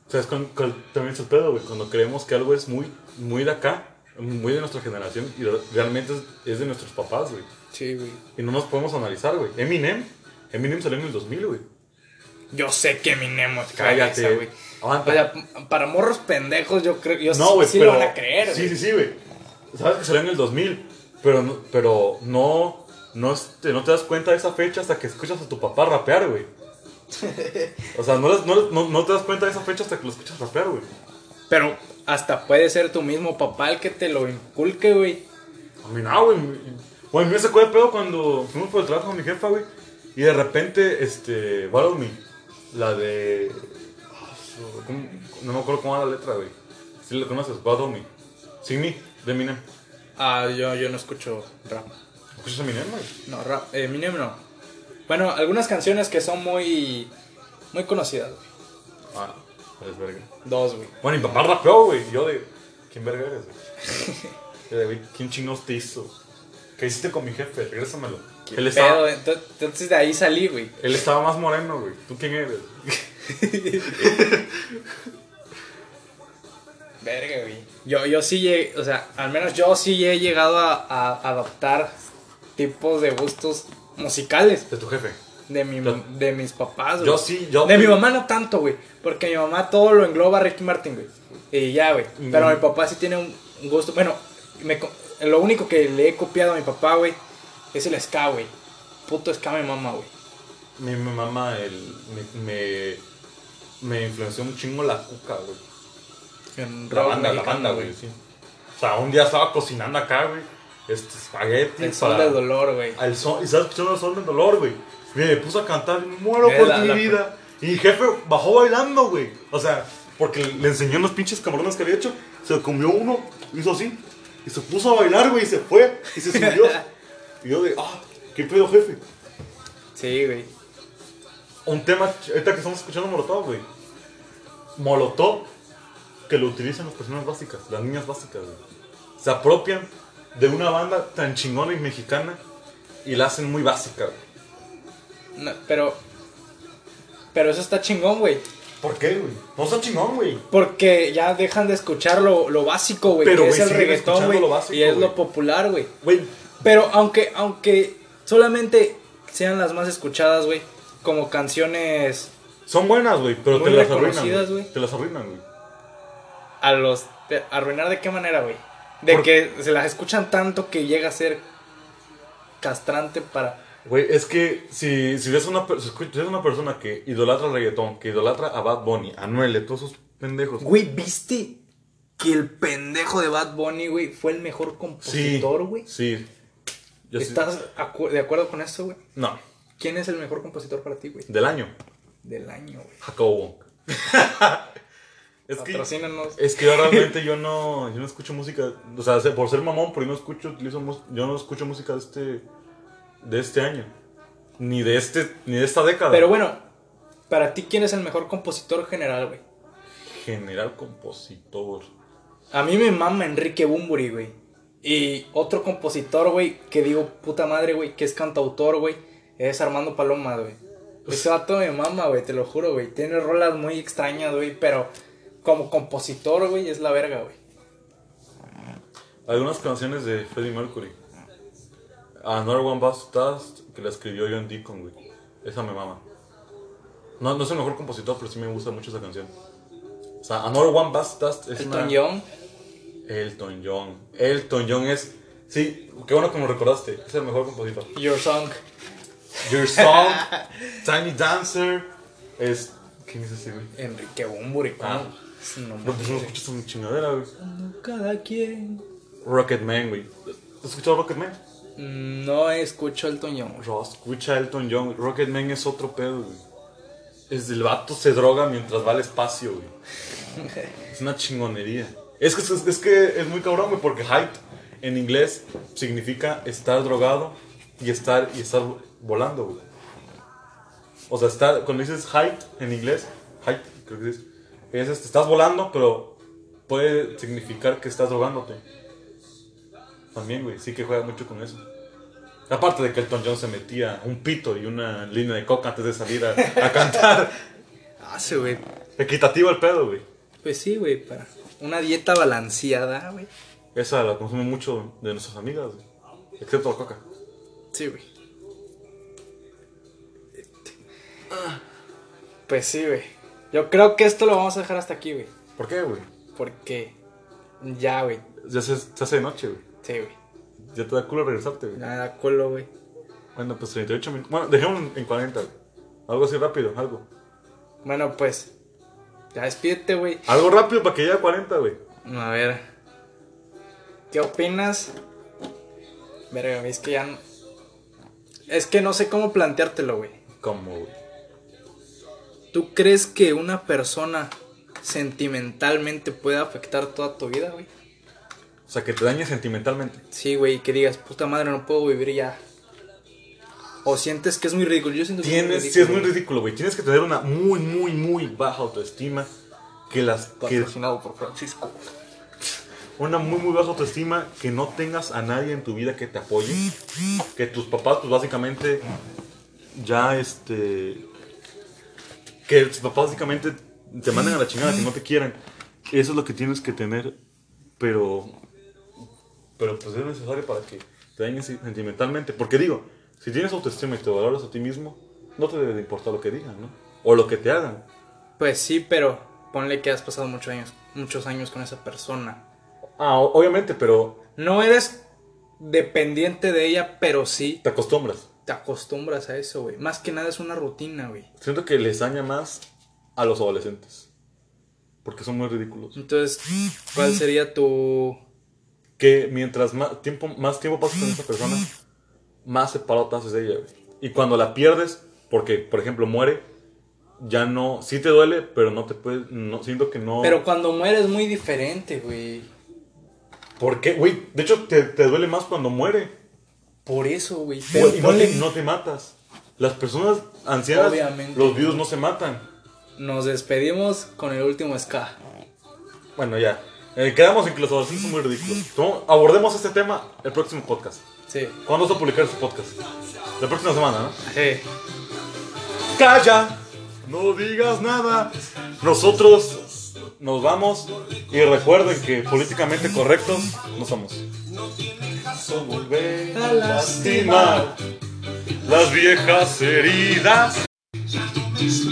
Speaker 2: ¿Sabes cuál, cuál también es el pedo, güey? Cuando creemos que algo es muy, muy de acá, muy de nuestra generación, y re- realmente es, es de nuestros papás, güey.
Speaker 1: Sí, güey.
Speaker 2: Y no nos podemos analizar, güey. Eminem, Eminem salió en el 2000, güey.
Speaker 1: Yo sé que mi Nemo es
Speaker 2: Cállate.
Speaker 1: cabeza, güey.
Speaker 2: Aguanta.
Speaker 1: O sea, p- para morros pendejos, yo creo. Yo sí-
Speaker 2: No, güey,
Speaker 1: sí
Speaker 2: pero...
Speaker 1: lo van a creer,
Speaker 2: Sí,
Speaker 1: güey.
Speaker 2: sí, sí, güey. Sabes que salió en el 2000, pero, no- pero no, no, este, no te das cuenta de esa fecha hasta que escuchas a tu papá rapear, güey. O sea, no, las- no- no- no te das cuenta de esa fecha hasta que lo escuchas rapear, güey.
Speaker 1: Pero hasta puede ser tu mismo papá el que te lo inculque, güey.
Speaker 2: A mí no, güey. Güey, me sacó de pedo cuando fuimos por el trabajo con mi jefa, güey. Y de repente, este, Follow Me, la de... ah, su- ¿cómo- No me acuerdo cómo era la letra, güey. Si lo conoces, Follow Me. Sin Me, de Eminem.
Speaker 1: Ah, yo, yo no escucho rap.
Speaker 2: ¿Escuchas Eminem, güey?
Speaker 1: No, rap. eh, Eminem no. Bueno, algunas canciones que son muy. Muy conocidas, güey.
Speaker 2: Ah, es verga.
Speaker 1: Dos, güey.
Speaker 2: Bueno, mi papá rapeó, güey. y Yo de. ¿Quién verga eres, güey? Yo de, güey, ¿quién chingos te hizo? ¿Qué hiciste con mi jefe? Regrésamelo. Él
Speaker 1: Pero
Speaker 2: estaba,
Speaker 1: ento- entonces de ahí salí, güey.
Speaker 2: él estaba más moreno, güey. ¿Tú quién eres?
Speaker 1: Verga, güey. Yo, yo sí llegué, o sea, al menos yo sí he llegado a, a adoptar tipos de gustos musicales
Speaker 2: De tu jefe.
Speaker 1: de, mi,
Speaker 2: Yo-
Speaker 1: de mis papás, güey.
Speaker 2: Yo sí, yo.
Speaker 1: De mi mamá no tanto, güey. Porque mi mamá todo lo engloba a Ricky Martin, güey. Y ya, güey. Pero
Speaker 2: Mm.
Speaker 1: mi papá sí tiene un un gusto. Bueno, me co- lo único que le he copiado a mi papá, güey, es el ska, güey. Puto ska mi mamá, güey.
Speaker 2: Mi, mi mamá, él, me, me, me influenció un chingo la cuca, güey.
Speaker 1: En
Speaker 2: La
Speaker 1: rock
Speaker 2: banda, la
Speaker 1: mexicano,
Speaker 2: banda, güey. sí. O sea, un día estaba cocinando acá, güey. Este espagueti.
Speaker 1: El sol del dolor, güey.
Speaker 2: al son, y estaba escuchando el son del dolor, güey. Me puso a cantar, muero
Speaker 1: Eh,
Speaker 2: por
Speaker 1: la-
Speaker 2: mi
Speaker 1: la-
Speaker 2: vida. Y mi jefe bajó bailando, güey. O sea, Porque le enseñó unos pinches camarones que había hecho. Se comió uno, hizo así. Y se puso a bailar, güey. Y se fue. Y se subió. y yo de, ah, qué pedo, jefe.
Speaker 1: Sí, güey.
Speaker 2: Un tema, ch- ahorita que estamos escuchando Molotov, güey. Molotov, que lo utilizan las personas básicas, las niñas básicas, güey. Se apropian de una banda tan chingona y mexicana y la hacen muy básica, güey.
Speaker 1: No, pero. Pero eso está chingón, güey.
Speaker 2: ¿Por qué, güey? No está chingón, güey.
Speaker 1: Porque ya dejan de escuchar lo, lo básico, güey.
Speaker 2: Pero,
Speaker 1: que es
Speaker 2: güey,
Speaker 1: el
Speaker 2: siguen
Speaker 1: reggaetón,
Speaker 2: escuchando
Speaker 1: güey.
Speaker 2: lo básico,
Speaker 1: Y es
Speaker 2: güey.
Speaker 1: lo popular, güey.
Speaker 2: Güey,
Speaker 1: Pero aunque, aunque solamente sean las más escuchadas, güey. Como canciones
Speaker 2: son buenas, güey, pero
Speaker 1: Muy
Speaker 2: te las arruinan.
Speaker 1: reconocidas,
Speaker 2: güey.
Speaker 1: güey.
Speaker 2: Te las arruinan, güey.
Speaker 1: a los... de- ¿Arruinar de qué manera, güey? De
Speaker 2: Por-
Speaker 1: que se las escuchan tanto que llega a ser castrante para...
Speaker 2: Güey, es que si, si ves una, per- si escuchas una persona que idolatra el reggaetón, que idolatra a Bad Bunny, a Noel, todos esos pendejos.
Speaker 1: Güey, ¿viste que el pendejo de Bad Bunny, güey, fue el mejor
Speaker 2: Sí.
Speaker 1: compositor, güey?
Speaker 2: Sí. Yo sí-
Speaker 1: ¿Estás acu- de acuerdo con eso, güey?
Speaker 2: No,
Speaker 1: ¿Quién es el mejor compositor para ti, güey?
Speaker 2: del año.
Speaker 1: Del año, güey.
Speaker 2: Jacobo. es que.
Speaker 1: Patrocínanos.
Speaker 2: Es que yo realmente yo no, yo no escucho música, o sea, sé- por ser mamón, pero yo no escucho, utilizo mus- yo no escucho música de este, de este año, ni de este, ni de esta década.
Speaker 1: Pero bueno, para ti, ¿quién es el mejor compositor general, güey?
Speaker 2: General compositor.
Speaker 1: A mí me mama Enrique Bumburi, güey. Y otro compositor, güey, que digo, puta madre, güey, que es cantautor, güey, es Armando Paloma, güey. Ese vato me mama, güey, te lo juro, güey. Tiene rolas muy extrañas, güey, pero como compositor, güey, es la verga, güey.
Speaker 2: Algunas canciones de Freddie Mercury. Another One Bites the Dust, que la escribió John Deacon, güey. Esa me mama. No, no es el mejor compositor, pero sí me gusta mucho esa canción. O sea, Another One Bites the Dust es
Speaker 1: Elton
Speaker 2: una...
Speaker 1: John,
Speaker 2: Elton John. Elton John es. Sí, qué bueno que me recordaste. Es el mejor compositor.
Speaker 1: Your Song.
Speaker 2: Your Song, Tiny Dancer. Es. ¿Quién es ese, este güey?
Speaker 1: Enrique Bumburi, güey.
Speaker 2: Ah.
Speaker 1: No
Speaker 2: No, pues no
Speaker 1: mames.
Speaker 2: escuchas una chingadera, güey.
Speaker 1: Cada quien.
Speaker 2: Rocketman, güey. ¿Has escuchado Rocketman?
Speaker 1: No escucho Elton John, güey.
Speaker 2: Ro- Escucha Elton John. güey. Rocketman es otro pedo, güey. Es del vato se droga mientras va al espacio, güey. Es una chingonería. Es que es, es que es muy cabrón, güey, porque hype en inglés significa estar drogado y estar, y estar volando, güey. O sea, estar, cuando dices height en inglés, height, creo que es, es este, estás volando, pero puede significar que estás drogándote. También, güey, sí que juega mucho con eso. Aparte de que Elton John se metía un pito y una línea de coca antes de salir a, a cantar.
Speaker 1: Ah, sí, güey.
Speaker 2: Equitativo el pedo, güey.
Speaker 1: Pues sí, güey, para una dieta balanceada, güey.
Speaker 2: Esa la consume mucho de nuestras amigas, güey. Excepto la coca.
Speaker 1: Sí, güey. Ah, Pues sí, güey. Yo creo que esto lo vamos a dejar hasta aquí, güey.
Speaker 2: ¿Por qué, güey?
Speaker 1: Porque ya, güey.
Speaker 2: Ya se, se hace de noche, güey.
Speaker 1: Sí, güey.
Speaker 2: Ya te da culo regresarte, güey.
Speaker 1: Nada, culo, güey.
Speaker 2: Bueno, pues 38 minutos. Bueno, dejemos en- en 40, güey. Algo así rápido, algo.
Speaker 1: Bueno, pues. Ya despídete, güey.
Speaker 2: Algo rápido para que llegue a 40, güey.
Speaker 1: A ver. ¿Qué opinas? Verga, güey, es que ya. no- Es que no sé cómo planteártelo, güey.
Speaker 2: ¿Cómo, güey?
Speaker 1: ¿Tú crees que una persona sentimentalmente puede afectar toda tu vida, güey?
Speaker 2: O sea, que te dañe sentimentalmente.
Speaker 1: Sí, güey, que digas, puta madre, no puedo vivir ya. O sientes que es muy ridículo. Yo siento que
Speaker 2: Tienes, sí, es muy
Speaker 1: güey.
Speaker 2: ridículo, güey. Tienes que tener una muy, muy, muy baja autoestima. Que las. Que,
Speaker 1: Patrocinado por Francisco.
Speaker 2: una muy muy baja autoestima, que no tengas a nadie en tu vida que te apoye, que tus papás pues básicamente ya este que tus papás básicamente te mandan a la chingada, que no te quieran. Eso es lo que tienes que tener, pero pero pues es necesario para que te dañen si- sentimentalmente, porque digo, si tienes autoestima y te valoras a ti mismo, no te debe de importar lo que digan, ¿no? O lo que te hagan.
Speaker 1: Pues sí, pero ponle que has pasado muchos años, muchos años con esa persona.
Speaker 2: Ah, o- obviamente, pero
Speaker 1: No eres dependiente de ella, pero sí
Speaker 2: te acostumbras.
Speaker 1: te acostumbras a eso, güey. Más que nada es una rutina, güey.
Speaker 2: Siento que les daña más a los adolescentes. Porque son muy ridículos.
Speaker 1: Entonces, ¿cuál sería tu...
Speaker 2: Que mientras más tiempo, más tiempo pasas con esa persona, más separado te haces de ella. güey. Y cuando la pierdes, porque, por ejemplo, muere, ya no, sí te duele, pero no te puedes, no, siento que no.
Speaker 1: Pero cuando muere es muy diferente, güey.
Speaker 2: ¿Por qué? Güey, de hecho te, te duele más cuando muere.
Speaker 1: Por eso, güey. Pero
Speaker 2: Igual- Igual
Speaker 1: ponle-
Speaker 2: y no te matas. Las personas ancianas,
Speaker 1: Obviamente.
Speaker 2: los viudos no se matan.
Speaker 1: Nos despedimos con el último ska.
Speaker 2: Bueno, ya. Eh, quedamos en que los adolescentes son muy ridículos. Tom- abordemos este tema el próximo podcast.
Speaker 1: Sí.
Speaker 2: ¿Cuándo vas a publicar este podcast? La próxima semana, ¿no?
Speaker 1: Sí.
Speaker 2: ¡Calla! No digas nada. Nosotros nos vamos y recuerden que políticamente correctos no somos. No volver
Speaker 1: a lastimar
Speaker 2: las viejas heridas.